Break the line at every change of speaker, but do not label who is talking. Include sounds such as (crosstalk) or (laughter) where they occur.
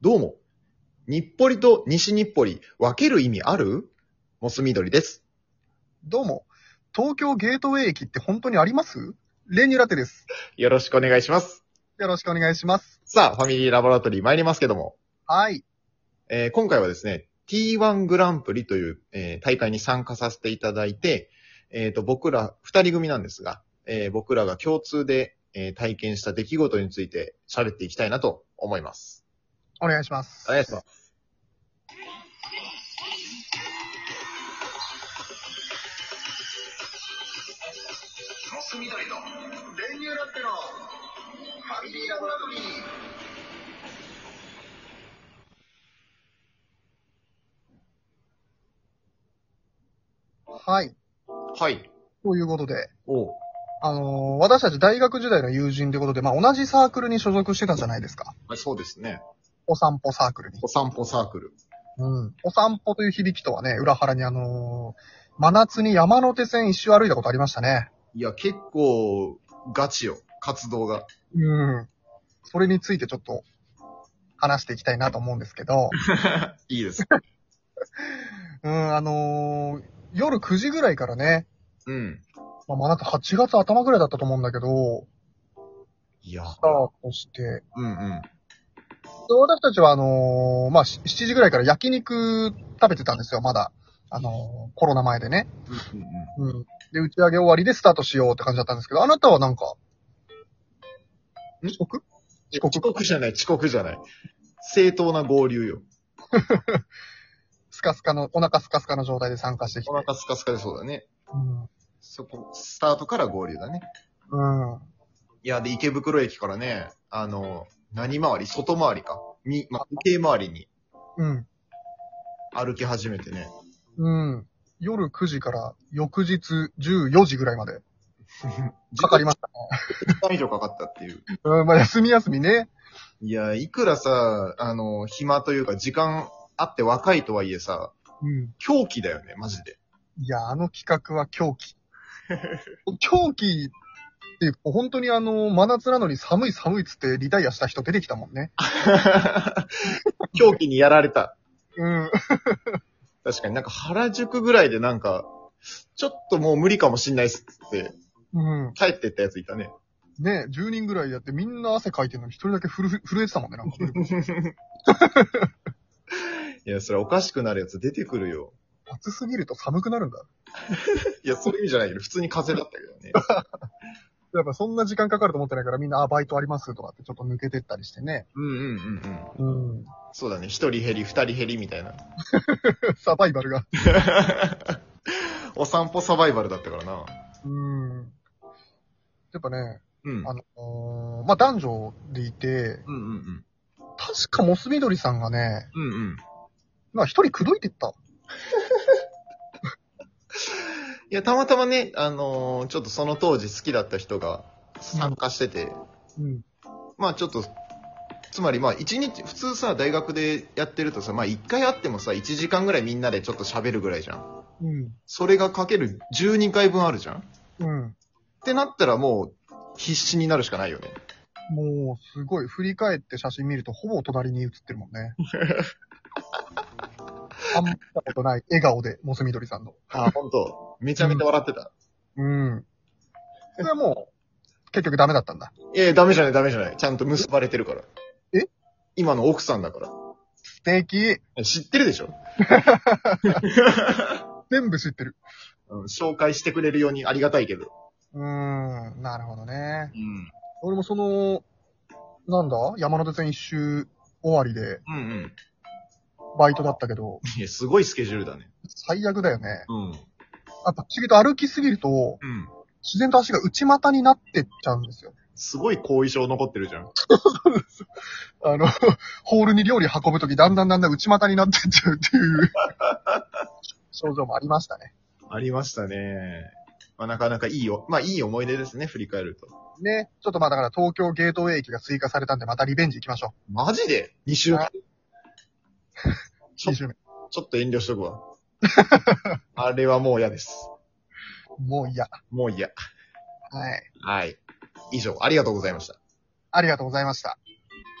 どうも。日暮里と西日暮里、分ける意味あるモス緑です。
どうも。東京ゲートウェイ駅って本当にありますレニューラテです。
よろしくお願いします。
よろしくお願いします。
さあ、ファミリーラボラトリー参りますけども、
はい。
えー今回はですね、T1 グランプリという、えー大会に参加させていただいて、えっ、と、僕ら、二人組なんですが、えー僕らが共通で、えー体験した出来事について喋っていきたいなと思います。
お願いします。
お願いします。
モス緑のレニューラテのファミリーラボラトリー。はい。
はい。
ということで、
おう
あのー私たち大学時代の友人ってことで、まあ、同じサークルに所属してたじゃないですか。
はい、そうですね。
お散歩サークルに。
お散歩サークル。
うん。お散歩という響きとはね、裏腹にあのー真夏に山手線一周歩いたことありましたね。
いや、結構、ガチよ。活動が。
うん。それについてちょっと話していきたいなと思うんですけ (laughs) ど、
いいです。
うん、あのー夜9時ぐらいからね、
うん。
まあ、まあ、なんか8月頭ぐらいだったと思うんだけど、
いや、
スタートして、で
うんうん。
私たちはあのーまあ、し7時ぐらいから焼肉食べてたんですよ、まだ。あのーコロナ前でね。
うんうん
うん。で、打ち上げ終わりでスタートしようって感じだったんですけど、あなたはなんか、
ん
遅刻
遅刻遅刻じゃない、遅刻じゃない。正当な合流よ。
スカスカの、お腹スカスカの状態で参加してきて
お。腹スカスカでそうだね。
うん。
そこ、スタートから合流だね。
うん。
いや、で、池袋駅からね、あの、何回り外回りか。み、ま、時計回りに
うん。
歩き始めてね。
うん。夜9時から翌日14時ぐらいまでかかりました
10時間以上かかったっていう。
ね。 (laughs) うん、まあ休み休みね。
いや、いくらさ、あの、暇というか、時間あって若いとはいえさ、
うん。
狂気だよね、マジ (laughs) で。
いや、あの企画は狂 (laughs) 気。狂気って、本当にあの、真夏なのに寒い寒いっつってリタイアした人出てきたもんね。
狂気にやられた。
うん。
確かになんか原宿ぐらいでなんか、ちょっともう無理かもしんないっすって、
うん。
帰ってったやついたね。
ね10人ぐらいやってみんな汗かいてるのに一人だけふる震えてたもんね、 (laughs) なんか。
いや、それおかしくなるやつ出てくるよ。
暑すぎると寒くなるんだ。
いや、そういう意味じゃないけど、普通に風邪だったけどね。
やっぱそんな時間かかると思ってないからみんな、あ、バイトありますとかってちょっと抜けてったりしてね。
うんうんうんうん。
うん。 (laughs)
そうだね、一人減り、二人減りみたいな。
サバイバルが。
(laughs) お散歩サバイバルだったからな。
うん。やっぱね、
うん。
あのーまあ、男女でいて、
うんうんうん。
確かモス緑さんがね、
うんうん。
まあ、一人口説いてった。
いや、たまたまね、あのーちょっとその当時好きだった人が参加してて、
うん。
まあちょっと、つまりまあ一日、普通さ、大学でやってるとさ、まあ一回会ってもさ、一時間ぐらいみんなでちょっと喋るぐらいじゃん。
うん。
それがかける12回分あるじゃんっ
うん。
てなったらもう、必死になるしかないよね。
もう、すごい、振り返って写真見ると、ほぼ隣に写ってるもん (laughs) ね。あんま見たことない笑顔で、モス緑さんの。
(laughs) あ、ほんと。めちゃめちゃ笑ってた。
うん。それはもう、結局ダメだったんだ。
ええダメじゃない、ダメじゃない。ちゃんと結ばれてるから。
え
今の奥さんだから
素敵。
え。知ってるでしょ、
全部知ってる。
うん、紹介してくれるようにありがたいけど。
うーん。なるほどね。
うん。
俺もその、なんだ山手線一周終わりで、
うんうん。
バイトだったけど、
いや、すごいスケジュールだね。
最悪だよね。
うん。
やっぱ不思議と歩きすぎると、
うん。
自然と足が内股になってっちゃうんですよ。
すごい後遺症残ってるじゃん。
あの、 (laughs) ホールに料理運ぶとき、だんだんだんだん内股になってっちゃうっていう、症状もありましたね。
ありましたね。まあ、なかなかいいよ。まあ、いい思い出ですね、振り返ると。
ね、ちょっとまあだから東京ゲートウェイ駅が追加されたんで、またリベンジ行きましょ
マジで ?2 週
は
間
う。
ちょ
2周目。
ちょっと遠慮しとくわ。あれはもう嫌です。
もういいや。
もう嫌。
はい。
はい。以上、ありがとうございました。
ありがとうございました。